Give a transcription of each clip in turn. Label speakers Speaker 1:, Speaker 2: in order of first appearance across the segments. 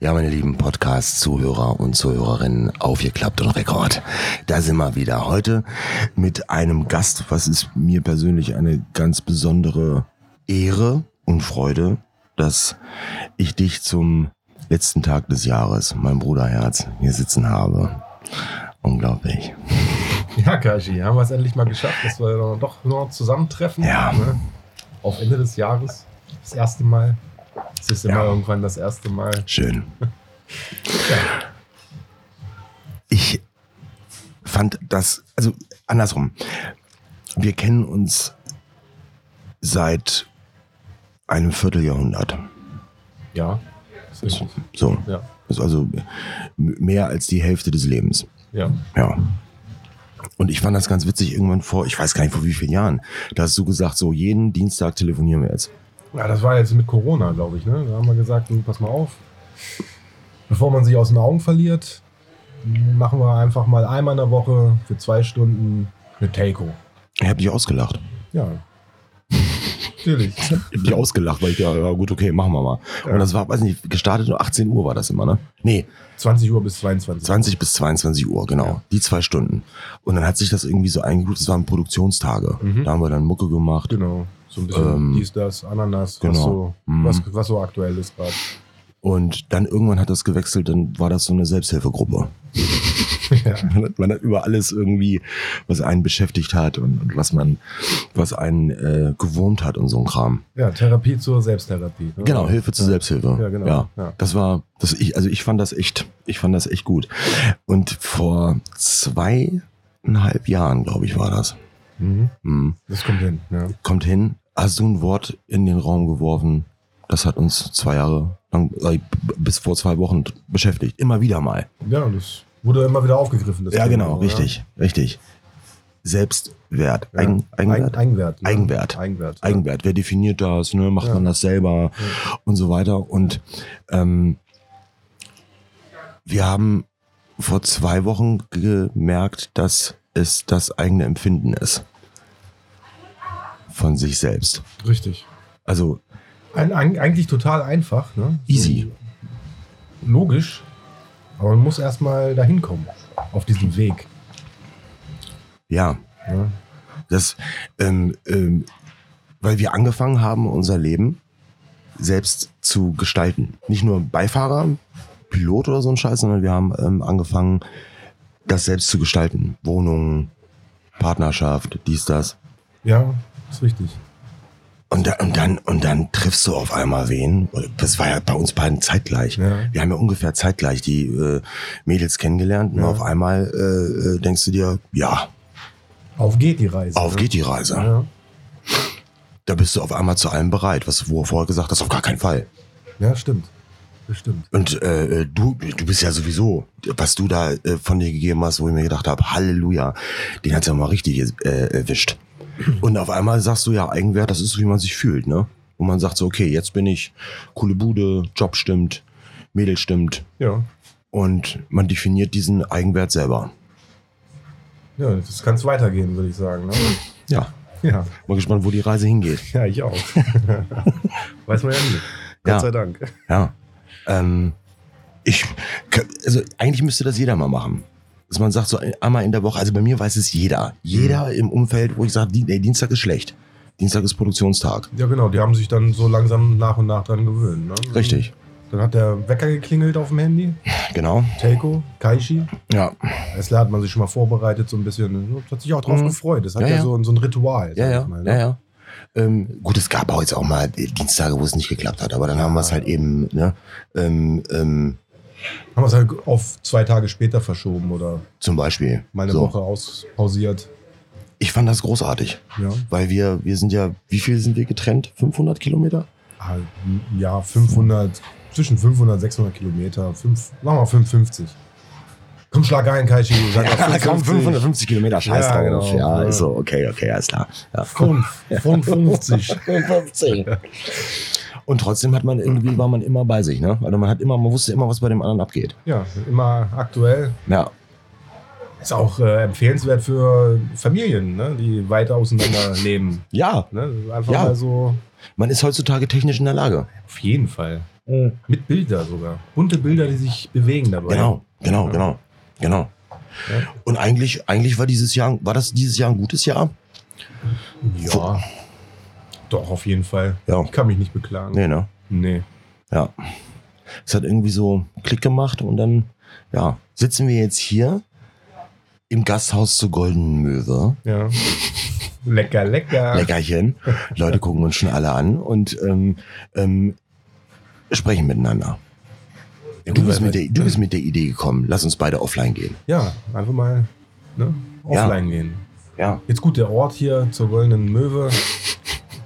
Speaker 1: Ja, meine lieben Podcast-Zuhörer und Zuhörerinnen, aufgeklappt und Rekord. Da sind wir wieder heute mit einem Gast, was ist mir persönlich eine ganz besondere Ehre und Freude, dass ich dich zum letzten Tag des Jahres, mein Bruderherz, hier sitzen habe. Unglaublich.
Speaker 2: Ja, Kaji, haben wir es endlich mal geschafft, dass wir dann doch noch zusammentreffen.
Speaker 1: Ja.
Speaker 2: Ne? Auf Ende des Jahres, das erste Mal. Es ist immer
Speaker 1: Ja.
Speaker 2: irgendwann das erste Mal.
Speaker 1: Schön. Ich fand das, also andersrum. Wir kennen uns seit einem Vierteljahrhundert.
Speaker 2: Ja, ist richtig.
Speaker 1: So,
Speaker 2: Ja,
Speaker 1: Das ist also m- mehr als die Hälfte des Lebens.
Speaker 2: ja.
Speaker 1: Ja. Und ich fand das ganz witzig irgendwann vor, ich weiß gar nicht vor wie vielen Jahren, da hast du gesagt, so jeden Dienstag telefonieren wir jetzt.
Speaker 2: Ja, das war jetzt mit Corona, glaube ich. Ne? Da haben wir gesagt, du, pass mal auf. Bevor man sich aus den Augen verliert, machen wir einfach mal einmal in der Woche für zwei Stunden eine Takeover.
Speaker 1: Ich hab dich ausgelacht.
Speaker 2: Ja. Natürlich.
Speaker 1: Ich hab dich ausgelacht, weil ich ja, ja gut, okay, machen wir mal.
Speaker 2: Ja.
Speaker 1: Und das war, weiß nicht, gestartet um 18 Uhr war das immer, ne? Nee,
Speaker 2: 20 Uhr bis 22 Uhr.
Speaker 1: 20 bis 22 Uhr, genau.
Speaker 2: Ja.
Speaker 1: Die zwei Stunden. Und dann hat sich das irgendwie so eingegroovt, das waren Produktionstage.
Speaker 2: Mhm.
Speaker 1: Da haben wir dann Mucke gemacht.
Speaker 2: Genau. So ein bisschen
Speaker 1: Ähm,
Speaker 2: dies, das, Ananas, was,
Speaker 1: genau.
Speaker 2: so,
Speaker 1: Mhm.
Speaker 2: was, was so aktuell ist gerade.
Speaker 1: Und dann irgendwann hat das gewechselt, dann war das so eine Selbsthilfegruppe.
Speaker 2: ja.
Speaker 1: Man hat, man hat über alles irgendwie, was einen beschäftigt hat und, und was man, was einen äh, gewurmt hat und so ein Kram.
Speaker 2: ja, Therapie zur Selbsttherapie. ne?
Speaker 1: Genau, Hilfe zur
Speaker 2: ja.
Speaker 1: Selbsthilfe.
Speaker 2: Ja, genau.
Speaker 1: Ja.
Speaker 2: Ja.
Speaker 1: Das war, das ich, also ich fand das echt, ich fand das echt gut. Und vor zweieinhalb Jahren, glaube ich, war das.
Speaker 2: Mhm.
Speaker 1: Mhm.
Speaker 2: Das kommt hin. Ja.
Speaker 1: kommt hin, hast du ein Wort in den Raum geworfen, das hat uns zwei Jahre lang, äh, b- bis vor zwei Wochen t- beschäftigt. Immer wieder mal.
Speaker 2: ja, und das wurde immer wieder aufgegriffen. Das
Speaker 1: ja,
Speaker 2: Thema,
Speaker 1: genau,
Speaker 2: oder?
Speaker 1: richtig, richtig. Selbstwert,
Speaker 2: Ja.
Speaker 1: Eigen, Eigenwert.
Speaker 2: Eigen- Eigenwert. ne?
Speaker 1: Eigenwert.
Speaker 2: Eigenwert. ja.
Speaker 1: Eigenwert, wer definiert das, ne? macht
Speaker 2: Ja.
Speaker 1: man das selber und so weiter. Und ähm, wir haben vor zwei Wochen gemerkt, dass es das eigene Empfinden ist von sich selbst.
Speaker 2: Richtig.
Speaker 1: Also
Speaker 2: Ein, ein, eigentlich total einfach. Ne? So
Speaker 1: Easy.
Speaker 2: Logisch. Aber man muss erstmal dahin kommen. Auf diesem Weg.
Speaker 1: ja,
Speaker 2: Ne?
Speaker 1: Das, ähm, ähm, weil wir angefangen haben, unser Leben selbst zu gestalten. Nicht nur Beifahrer, Pilot oder so ein Scheiß, sondern wir haben ähm, angefangen, das selbst zu gestalten. Wohnungen, Partnerschaft, dies, das.
Speaker 2: Ja, ist richtig.
Speaker 1: Und, da, und, dann, und dann triffst du auf einmal wen. Das war ja bei uns beiden zeitgleich.
Speaker 2: Ja.
Speaker 1: Wir haben ja ungefähr zeitgleich die äh, Mädels kennengelernt. Und
Speaker 2: Ja.
Speaker 1: auf einmal äh, äh, denkst du dir, ja,
Speaker 2: Auf geht die Reise. ne?
Speaker 1: auf geht die Reise.
Speaker 2: Ja.
Speaker 1: Da bist du auf einmal zu allem bereit, was du vorher gesagt hast, auf gar keinen Fall.
Speaker 2: ja, stimmt. Das stimmt.
Speaker 1: Und äh, äh, du, du bist ja sowieso, was du da äh, von dir gegeben hast, wo ich mir gedacht habe, Halleluja, den hat's ja mal richtig äh, erwischt. Und auf einmal sagst du ja, Eigenwert, das ist, wie man sich fühlt, ne? Und man sagt so, okay, jetzt bin ich coole Bude, Job stimmt, Mädel stimmt.
Speaker 2: Ja.
Speaker 1: Und man definiert diesen Eigenwert selber.
Speaker 2: Ja, das kann es weitergehen, würde ich sagen. Ne?
Speaker 1: Ja.
Speaker 2: Ja.
Speaker 1: Mal gespannt, wo die Reise hingeht.
Speaker 2: ja, ich auch. Weiß man ja nie. Gott
Speaker 1: Ja.
Speaker 2: sei Dank.
Speaker 1: Ja. Ähm, ich, also eigentlich müsste das jeder mal machen. Dass man sagt, so einmal in der Woche, also bei mir weiß es jeder. Jeder
Speaker 2: Mhm.
Speaker 1: im Umfeld, wo ich sage, Dien- nee, Dienstag ist schlecht. Dienstag ist Produktionstag.
Speaker 2: Ja, genau. Die haben sich dann so langsam nach und nach dran gewöhnt. Ne?
Speaker 1: Richtig.
Speaker 2: Dann hat der Wecker geklingelt auf dem Handy.
Speaker 1: Genau.
Speaker 2: Teiko, Kaishi.
Speaker 1: Ja.
Speaker 2: Erstmal hat man sich schon mal vorbereitet, so ein bisschen. ne? Hat sich auch drauf
Speaker 1: Mhm.
Speaker 2: gefreut. Das hat ja,
Speaker 1: Ja, ja.
Speaker 2: So, ein- so ein Ritual.
Speaker 1: Ja,
Speaker 2: sag
Speaker 1: ja.
Speaker 2: ich mal, ne?
Speaker 1: ja, ja. Ähm, gut, es gab auch jetzt auch mal äh, Dienstage, wo es nicht geklappt hat, aber dann haben wir es halt eben, ne, ähm, ähm,
Speaker 2: Haben wir es halt auf zwei Tage später verschoben oder
Speaker 1: zum Beispiel.
Speaker 2: meine
Speaker 1: so.
Speaker 2: Woche auspausiert.
Speaker 1: Ich fand das großartig,
Speaker 2: Ja.
Speaker 1: weil wir, wir sind ja, wie viel sind wir getrennt? 500 Kilometer?
Speaker 2: Ah, ja, 500, zwischen 500 und 600 Kilometer. Fünf, machen wir 550. Komm, schlag ein, Kaichi. Sag mal
Speaker 1: Ja, komm,
Speaker 2: 550.
Speaker 1: 550 Kilometer, scheiß
Speaker 2: Ja,
Speaker 1: drauf.
Speaker 2: genau.
Speaker 1: ja,
Speaker 2: Ja.
Speaker 1: ist so, okay, okay, alles klar. Ja.
Speaker 2: Fünf, 55.
Speaker 1: 55. Und trotzdem hat man irgendwie, war man immer bei sich, ne? Also man hat immer, man wusste immer, was bei dem anderen abgeht.
Speaker 2: Ja, immer aktuell.
Speaker 1: Ja.
Speaker 2: Ist auch äh, empfehlenswert für Familien, ne, die weit auseinander leben.
Speaker 1: Ja,
Speaker 2: Ne? Einfach
Speaker 1: Ja.
Speaker 2: mal so.
Speaker 1: man ist heutzutage technisch in der Lage.
Speaker 2: Auf jeden Fall. Mit Bilder sogar. Bunte Bilder, die sich bewegen dabei.
Speaker 1: Genau, genau,
Speaker 2: Ja.
Speaker 1: genau, genau.
Speaker 2: Ja.
Speaker 1: Und eigentlich, eigentlich war dieses Jahr, war das dieses Jahr ein gutes Jahr?
Speaker 2: Ja. Doch, auf jeden Fall.
Speaker 1: Ja.
Speaker 2: Ich kann mich nicht beklagen.
Speaker 1: Nee, ne?
Speaker 2: Nee.
Speaker 1: Ja. Es hat irgendwie so Klick gemacht und dann, ja, sitzen wir jetzt hier im Gasthaus zur Goldenen Möwe.
Speaker 2: Ja. lecker, lecker.
Speaker 1: Leckerchen. Leute gucken uns schon alle an und ähm, ähm, sprechen miteinander. Du bist, mit der, du bist mit der Idee gekommen, lass uns beide offline gehen.
Speaker 2: Ja, einfach mal ne,
Speaker 1: Ja.
Speaker 2: offline gehen.
Speaker 1: Ja.
Speaker 2: Jetzt gut, der Ort hier zur Goldenen Möwe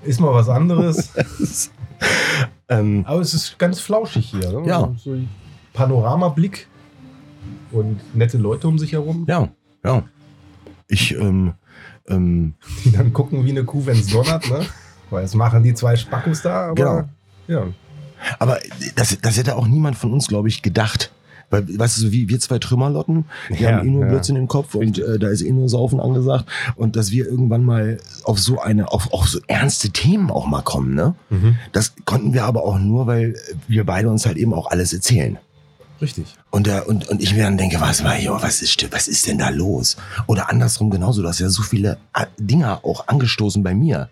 Speaker 2: ist mal was anderes.
Speaker 1: Ähm,
Speaker 2: Aber es ist ganz flauschig hier. Ne?
Speaker 1: Ja.
Speaker 2: So ein Panoramablick und nette Leute um sich herum,
Speaker 1: ja, ja. Ich, ähm, ähm,
Speaker 2: die dann gucken wie eine Kuh, wenn es donnert. Ne? Weil das machen die zwei Spackos da. Aber
Speaker 1: Genau.
Speaker 2: Ja,
Speaker 1: aber das, das hätte auch niemand von uns, glaube ich, gedacht. Weil, weißt du, so wie wir zwei Trümmerlotten, die
Speaker 2: Ja,
Speaker 1: haben eh nur
Speaker 2: ja.
Speaker 1: Blödsinn im Kopf und äh, da ist eh nur Saufen angesagt. Und dass wir irgendwann mal auf so eine, auf, auf so ernste Themen auch mal kommen, ne? Das konnten wir aber auch nur, weil wir beide uns halt eben auch alles erzählen.
Speaker 2: richtig.
Speaker 1: Und, der, und, und ich mir dann denke, was, war hier, was, ist, was ist denn da los? Oder andersrum genauso, du hast ja so viele A- Dinger auch angestoßen bei mir.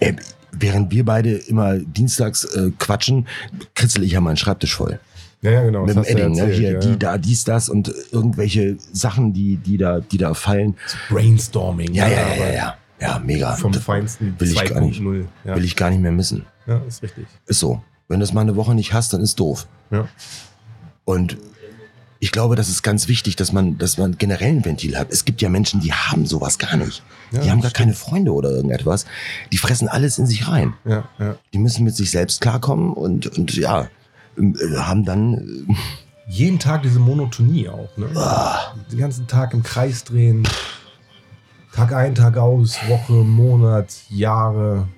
Speaker 1: Äh, während wir beide immer dienstags äh, quatschen, kritzel ich ja meinen Schreibtisch voll.
Speaker 2: Ja, ja, genau.
Speaker 1: mit dem
Speaker 2: das hast du ja
Speaker 1: Edding, ne?
Speaker 2: erzählt,
Speaker 1: Hier,
Speaker 2: ja,
Speaker 1: die,
Speaker 2: ja.
Speaker 1: da, dies, das und irgendwelche Sachen, die, die, da, die da fallen.
Speaker 2: Brainstorming.
Speaker 1: Ja, ja, ja,
Speaker 2: aber
Speaker 1: ja. Ja, ja mega.
Speaker 2: Vom
Speaker 1: Das
Speaker 2: Feinsten
Speaker 1: will ich gar nicht.
Speaker 2: 2.0. Ja.
Speaker 1: will ich gar nicht mehr missen.
Speaker 2: ja, ist richtig.
Speaker 1: Ist so. Wenn du es mal eine Woche nicht hast, dann ist doof.
Speaker 2: Ja.
Speaker 1: Und ich glaube, das ist ganz wichtig, dass man, dass man generell ein Ventil hat. Es gibt ja Menschen, die haben sowas gar nicht.
Speaker 2: Ja,
Speaker 1: die haben gar keine Freunde oder irgendetwas. Die fressen alles in sich rein.
Speaker 2: Ja, ja.
Speaker 1: Die müssen mit sich selbst klarkommen und, und ja, ähm, äh, haben dann. äh,
Speaker 2: jeden Tag diese Monotonie auch. Ne?
Speaker 1: Ah.
Speaker 2: Den ganzen Tag im Kreis drehen. Tag ein, Tag aus, Woche, Monat, Jahre.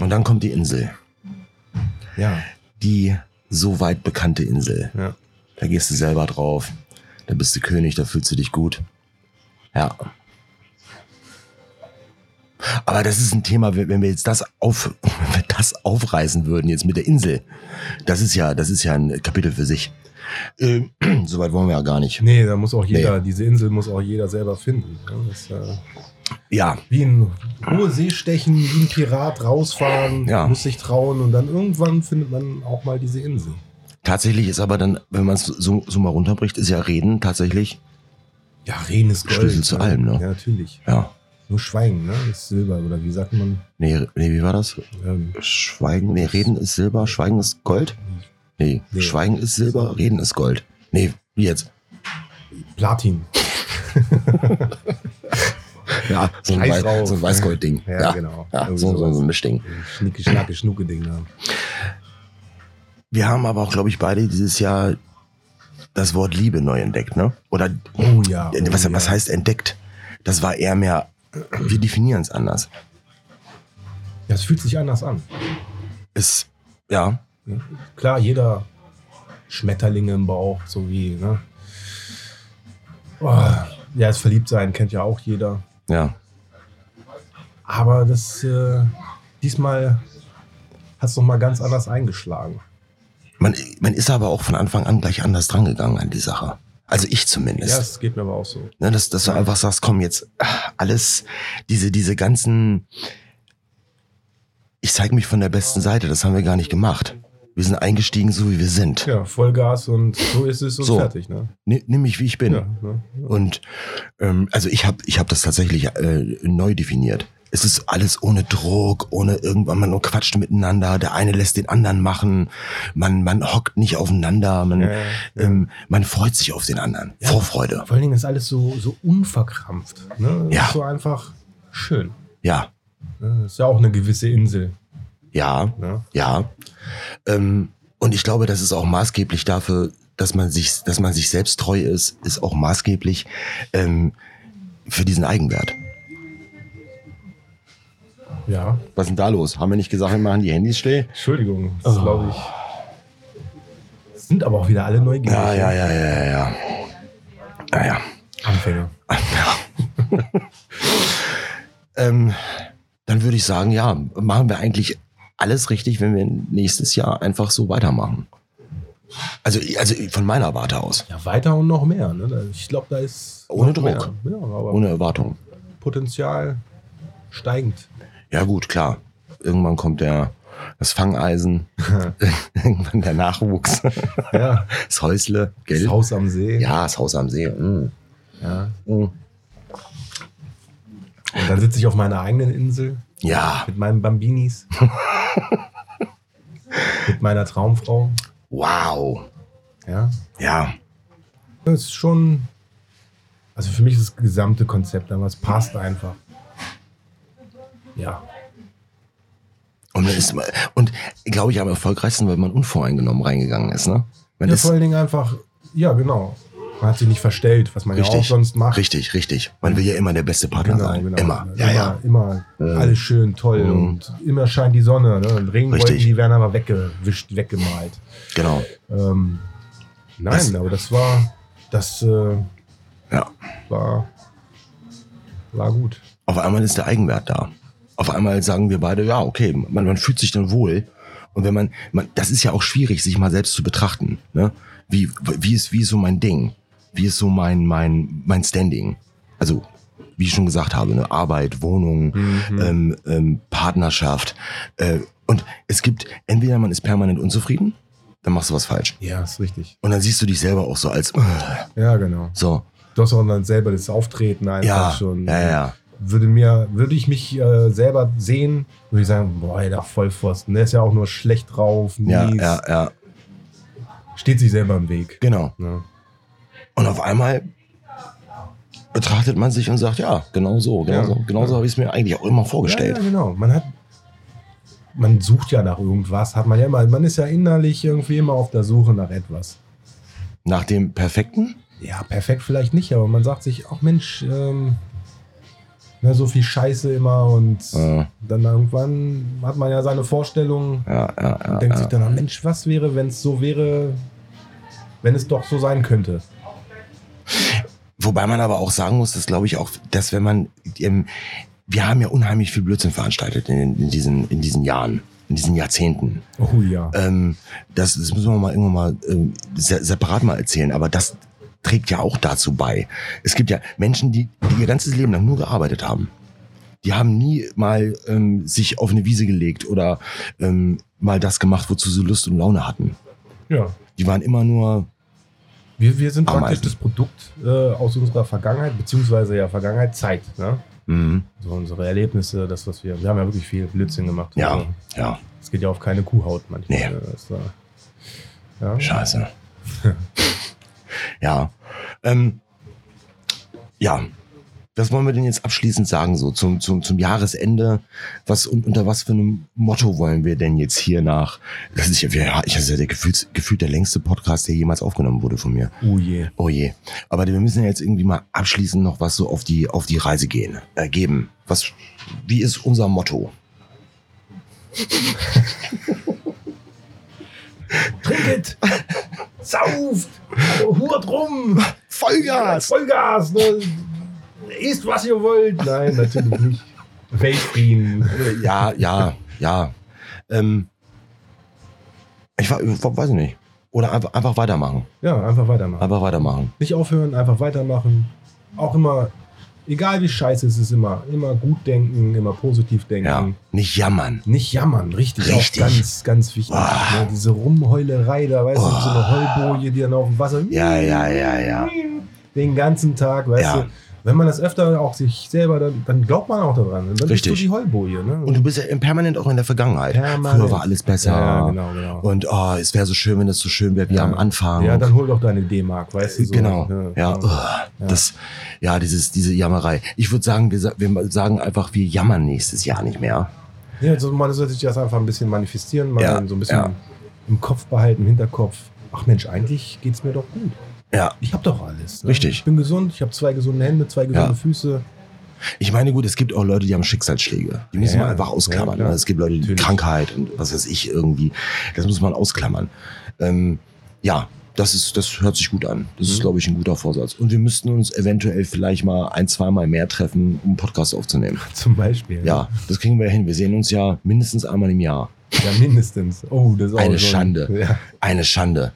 Speaker 1: Und dann kommt die Insel.
Speaker 2: Ja,
Speaker 1: Die so weit bekannte Insel.
Speaker 2: ja.
Speaker 1: Da gehst du selber drauf. Da bist du König, da fühlst du dich gut. Ja. Aber das ist ein Thema, wenn wenn wir jetzt das auf, wenn wir das aufreißen würden, jetzt mit der Insel. Das ist ja, das ist ja ein Kapitel für sich. Ähm, Soweit wollen wir ja gar nicht.
Speaker 2: Nee, da muss auch jeder, diese Insel muss auch jeder selber finden. Ne? Das ist, äh,
Speaker 1: Ja,
Speaker 2: wie ein hohe See stechen, wie ein Pirat rausfahren,
Speaker 1: Ja.
Speaker 2: muss sich trauen und dann irgendwann findet man auch mal diese Insel.
Speaker 1: tatsächlich ist aber dann, wenn man es so, so mal runterbricht, ist ja Reden tatsächlich,
Speaker 2: Ja, reden ist Gold.
Speaker 1: Schlüssel zu allem, ne?
Speaker 2: Ja, natürlich.
Speaker 1: ja.
Speaker 2: Nur Schweigen, ne? Ist Silber. Oder wie sagt man?
Speaker 1: Nee, nee, wie war das?
Speaker 2: Ähm,
Speaker 1: Schweigen, nee, Reden ist Silber, Schweigen ist Gold? Nee,
Speaker 2: Nee.
Speaker 1: Schweigen ist Silber, Reden ist Gold. Nee, wie jetzt?
Speaker 2: Platin.
Speaker 1: Ja, so ein,
Speaker 2: Scheiß
Speaker 1: Wei
Speaker 2: drauf.
Speaker 1: so ein Weißgold-Ding.
Speaker 2: Ja, genau.
Speaker 1: Ja,
Speaker 2: Irgendwie
Speaker 1: so, so,
Speaker 2: sowas.
Speaker 1: so ein Mischding.
Speaker 2: Schnicke, schnacke, schnucke Ding da.
Speaker 1: Wir haben aber auch, glaube ich, beide dieses Jahr das Wort Liebe neu entdeckt, ne? Oder
Speaker 2: Oh ja. Oh,
Speaker 1: was,
Speaker 2: ja.
Speaker 1: was heißt entdeckt? Das war eher mehr, wir definieren es anders.
Speaker 2: Ja, es fühlt sich anders an.
Speaker 1: Es, ja,
Speaker 2: Ne? Klar, jeder Schmetterlinge im Bauch, so wie, ne? Oh, ja, das Verliebtsein kennt ja auch jeder.
Speaker 1: ja,
Speaker 2: Aber das, äh, diesmal hat es nochmal ganz anders eingeschlagen.
Speaker 1: Man, man ist aber auch von Anfang an gleich anders drangegangen an die Sache. Also ich
Speaker 2: Ja,
Speaker 1: zumindest.
Speaker 2: es geht mir aber auch so.
Speaker 1: Ne, dass, dass du einfach sagst, komm, jetzt ah, alles, diese, diese ganzen, ich zeige mich von der besten Seite, das haben wir gar nicht gemacht. Wir sind eingestiegen, so wie wir sind.
Speaker 2: Ja, Vollgas und so ist es und
Speaker 1: So.
Speaker 2: fertig, ne?
Speaker 1: Ni- Nimm mich, wie ich bin.
Speaker 2: Ja, ne?
Speaker 1: Und ähm, also ich habe ich hab das tatsächlich äh, neu definiert. Es ist alles ohne Druck, ohne irgendwann, man nur quatscht miteinander, der eine lässt den anderen machen, man, man hockt nicht aufeinander, man,
Speaker 2: Ja, ja, ja.
Speaker 1: ähm, man freut sich auf den anderen.
Speaker 2: Ja.
Speaker 1: Vorfreude.
Speaker 2: Vor allen Dingen ist alles so, so unverkrampft. Ne? Es
Speaker 1: Ja.
Speaker 2: Ist so einfach schön.
Speaker 1: Ja,
Speaker 2: Ne? Ist ja auch eine gewisse Insel.
Speaker 1: ja,
Speaker 2: Ne?
Speaker 1: ja. Ähm, und ich glaube, das ist auch maßgeblich dafür, dass man sich, dass man sich selbst treu ist, ist auch maßgeblich ähm, für diesen Eigenwert.
Speaker 2: Ja.
Speaker 1: Was ist denn da los? Haben wir nicht gesagt, wir machen die Handys still?
Speaker 2: Entschuldigung, das ist, glaube ich. Sind aber auch wieder alle neugierig. ne?
Speaker 1: Ja, ja, ja, ja, ja, ja. Ja, ja.
Speaker 2: Anfänger.
Speaker 1: Ähm, dann würde ich sagen, ja, machen wir eigentlich alles richtig, wenn wir nächstes Jahr einfach so weitermachen. Also, also von meiner Warte aus.
Speaker 2: Ja, weiter und noch mehr. Ne? Ich glaube, da ist.
Speaker 1: Ohne
Speaker 2: noch
Speaker 1: Druck.
Speaker 2: Mehr. Ja, aber
Speaker 1: Ohne Erwartung.
Speaker 2: Potenzial steigend.
Speaker 1: Ja, gut, klar. Irgendwann kommt der, das Fangeisen, irgendwann der Nachwuchs,
Speaker 2: ja.
Speaker 1: das Häusle,
Speaker 2: Das
Speaker 1: gell?
Speaker 2: Haus am See.
Speaker 1: ja, das Haus am See. mm,
Speaker 2: Ja.
Speaker 1: mm.
Speaker 2: Und dann sitze ich auf meiner eigenen Insel
Speaker 1: Ja,
Speaker 2: mit meinen Bambinis. mit meiner Traumfrau.
Speaker 1: wow.
Speaker 2: Ja.
Speaker 1: Ja,
Speaker 2: Das ist schon. Also für mich ist das gesamte Konzept, aber es passt einfach. Ja.
Speaker 1: Und, man ist, und glaube ich, am erfolgreichsten, weil man unvoreingenommen reingegangen ist, ne? Man
Speaker 2: ja,
Speaker 1: ist
Speaker 2: vor allen Dingen einfach, ja, genau. Man hat sich nicht verstellt, was man ja auch
Speaker 1: richtig,
Speaker 2: sonst macht.
Speaker 1: richtig, richtig. Man will ja immer der beste Partner
Speaker 2: Genau,
Speaker 1: sein.
Speaker 2: genau.
Speaker 1: Immer. Ja,
Speaker 2: immer,
Speaker 1: ja.
Speaker 2: immer alles schön, toll
Speaker 1: Mhm.
Speaker 2: und immer scheint die Sonne. Ne? Und Regenwolken,
Speaker 1: Richtig.
Speaker 2: die werden aber weggewischt, weggemalt.
Speaker 1: Genau.
Speaker 2: Ähm, nein,
Speaker 1: Das-
Speaker 2: aber das war, das äh,
Speaker 1: Ja.
Speaker 2: war, war gut.
Speaker 1: Auf einmal ist der Eigenwert da. Auf einmal sagen wir beide, ja, okay, man, man fühlt sich dann wohl. Und wenn man, man, das ist ja auch schwierig, sich mal selbst zu betrachten. Ne? Wie, wie, ist, wie ist so mein Ding? Wie ist so mein, mein, mein Standing? Also, wie ich schon gesagt habe, ne? Arbeit, Wohnung, ähm, ähm, Partnerschaft. Äh, und es gibt, entweder man ist permanent unzufrieden, dann machst du was falsch.
Speaker 2: Ja, ist richtig.
Speaker 1: Und dann siehst du dich selber auch so als, äh,
Speaker 2: Ja, genau.
Speaker 1: so,
Speaker 2: Du hast auch dann selber das Auftreten einfach
Speaker 1: ja,
Speaker 2: schon.
Speaker 1: ja, ja,
Speaker 2: würde mir, würde ich mich äh, selber sehen, würde ich sagen, boah, ey, der Vollpfosten, der ist ja auch nur schlecht drauf, mies,
Speaker 1: ja, ja, ja,
Speaker 2: steht sich selber im Weg.
Speaker 1: genau.
Speaker 2: Ne?
Speaker 1: Und auf einmal betrachtet man sich und sagt, ja, genau so, genau
Speaker 2: Ja.
Speaker 1: so, genau so habe ich es mir eigentlich auch immer vorgestellt.
Speaker 2: Ja, ja, genau. Man hat, man sucht ja nach irgendwas, hat man ja immer, man ist ja innerlich irgendwie immer auf der Suche nach etwas.
Speaker 1: Nach dem Perfekten?
Speaker 2: Ja, perfekt vielleicht nicht, aber man sagt sich, ach Mensch, ähm, ne, so viel Scheiße immer und
Speaker 1: Äh,
Speaker 2: dann irgendwann hat man ja seine Vorstellungen
Speaker 1: ja, ja,
Speaker 2: und
Speaker 1: ja,
Speaker 2: denkt
Speaker 1: ja.
Speaker 2: sich dann, ah, Mensch, was wäre, wenn es so wäre, wenn es doch so sein könnte.
Speaker 1: Wobei man aber auch sagen muss, dass glaube ich auch, dass wenn man, ähm, wir haben ja unheimlich viel Blödsinn veranstaltet in, in, diesen, in diesen Jahren, in diesen Jahrzehnten.
Speaker 2: Oh ja.
Speaker 1: Ähm, das, das müssen wir mal irgendwann mal ähm, se separat mal erzählen, aber das trägt ja auch dazu bei. Es gibt ja Menschen, die, die ihr ganzes Leben lang nur gearbeitet haben. Die haben nie mal ähm, sich auf eine Wiese gelegt oder ähm, mal das gemacht, wozu sie Lust und Laune hatten.
Speaker 2: Ja.
Speaker 1: Die waren immer nur,
Speaker 2: Wir, wir sind praktisch
Speaker 1: Ameisen.
Speaker 2: das Produkt äh, aus unserer Vergangenheit, beziehungsweise ja Vergangenheit, Zeit. Ne?
Speaker 1: mh,
Speaker 2: So unsere Erlebnisse, das, was wir. Wir haben ja wirklich viel Blödsinn gemacht.
Speaker 1: ja,
Speaker 2: Also,
Speaker 1: ja,
Speaker 2: Es geht ja auf keine Kuhhaut manchmal.
Speaker 1: Nee.
Speaker 2: äh, Das war, ja.
Speaker 1: scheiße. ja, ähm, ja. Was wollen wir denn jetzt abschließend sagen, so zum, zum, zum Jahresende? Was und unter was für einem Motto wollen wir denn jetzt hier nach? Das ist ja, ja ich das ist ja der gefühlt, gefühlt der längste Podcast, der jemals aufgenommen wurde von mir.
Speaker 2: Oh je.
Speaker 1: Oh je. Aber wir müssen ja jetzt irgendwie mal abschließend noch was so auf die, auf die Reise gehen, äh, geben. Was, wie ist unser Motto?
Speaker 2: Trinket! Sauft! Also, Hurt rum!
Speaker 1: Vollgas!
Speaker 2: Vollgas! Ne? Esst, was ihr wollt! Nein, natürlich nicht. Weltfrieden.
Speaker 1: Ja, ja, ja. Ähm, ich wa- weiß nicht. Oder einfach, einfach weitermachen.
Speaker 2: Ja, einfach weitermachen.
Speaker 1: Einfach weitermachen.
Speaker 2: Nicht aufhören, einfach weitermachen. Auch immer, egal wie scheiße es ist, immer, immer gut denken, immer positiv denken.
Speaker 1: Ja. Nicht jammern.
Speaker 2: Nicht jammern, richtig.
Speaker 1: Richtig.
Speaker 2: Auch ganz, ganz wichtig.
Speaker 1: Ah.
Speaker 2: Ne? Diese Rumheulerei da, weißt du,
Speaker 1: Oh.
Speaker 2: so eine Heulboje, die dann auf dem Wasser
Speaker 1: Ja, ja, ja, ja.
Speaker 2: den ganzen Tag, weißt
Speaker 1: Ja.
Speaker 2: du. Wenn man das öfter auch sich selber, dann, dann glaubt man auch daran. Dann
Speaker 1: Richtig.
Speaker 2: bist du die Heulboje. Ne?
Speaker 1: Und du bist ja im- permanent auch in der Vergangenheit.
Speaker 2: Permanent.
Speaker 1: Früher war alles besser.
Speaker 2: ja, genau, genau.
Speaker 1: Und oh, es wäre so schön, wenn es so schön wäre wie
Speaker 2: Ja.
Speaker 1: am Anfang.
Speaker 2: ja, dann hol doch deine D-Mark, weißt du. So.
Speaker 1: genau. Ja,
Speaker 2: ja.
Speaker 1: oh, das, ja, dieses, diese Jammerei. Ich würde sagen, wir, sa- wir sagen einfach, wir jammern nächstes Jahr nicht mehr.
Speaker 2: Ja, also man sollte sich das einfach ein bisschen manifestieren, mal
Speaker 1: Ja,
Speaker 2: so ein bisschen
Speaker 1: ja.
Speaker 2: im Kopf behalten, im Hinterkopf. Ach Mensch, eigentlich geht's mir doch gut.
Speaker 1: Ja,
Speaker 2: Ich habe doch alles. Ne?
Speaker 1: Richtig.
Speaker 2: Ich bin gesund, ich habe zwei gesunde Hände, zwei gesunde
Speaker 1: Ja.
Speaker 2: Füße.
Speaker 1: ich meine, gut, es gibt auch Leute, die haben Schicksalsschläge. Die müssen
Speaker 2: Ja,
Speaker 1: man einfach
Speaker 2: ja,
Speaker 1: ausklammern.
Speaker 2: klar.
Speaker 1: ne? es gibt Leute, die
Speaker 2: Natürlich.
Speaker 1: Krankheit und was weiß ich irgendwie. Das muss man ausklammern. Ähm, ja, das ist, das hört sich gut an. Das ist,
Speaker 2: Mhm.
Speaker 1: glaube ich, ein guter Vorsatz. Und wir müssten uns eventuell vielleicht mal ein, zweimal mehr treffen, um einen Podcast aufzunehmen.
Speaker 2: Zum Beispiel.
Speaker 1: Ja, das kriegen wir hin. Wir sehen uns ja mindestens einmal im Jahr.
Speaker 2: Ja, mindestens. Oh, das ist auch
Speaker 1: Eine
Speaker 2: so
Speaker 1: Schande.
Speaker 2: Ja.
Speaker 1: Eine Schande.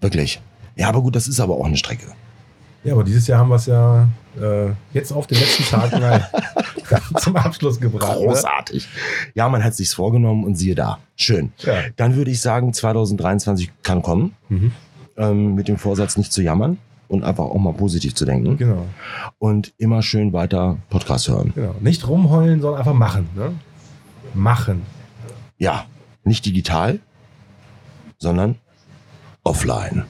Speaker 1: Wirklich. Ja, aber gut, das ist aber auch eine Strecke.
Speaker 2: ja, aber dieses Jahr haben wir es ja äh, jetzt auf den letzten Tag mal zum Abschluss gebracht. ne?
Speaker 1: Großartig. Ja, man hat sich's vorgenommen und siehe da. Schön.
Speaker 2: Ne?
Speaker 1: Dann würde ich sagen, 2023 kann kommen.
Speaker 2: Ja. Mhm.
Speaker 1: Ähm, mit dem Vorsatz nicht zu jammern und einfach auch mal positiv zu denken.
Speaker 2: Genau,
Speaker 1: Und immer schön weiter Podcast hören.
Speaker 2: genau. Nicht rumheulen, sondern einfach machen. Ne? Machen.
Speaker 1: Ja, nicht digital, sondern offline.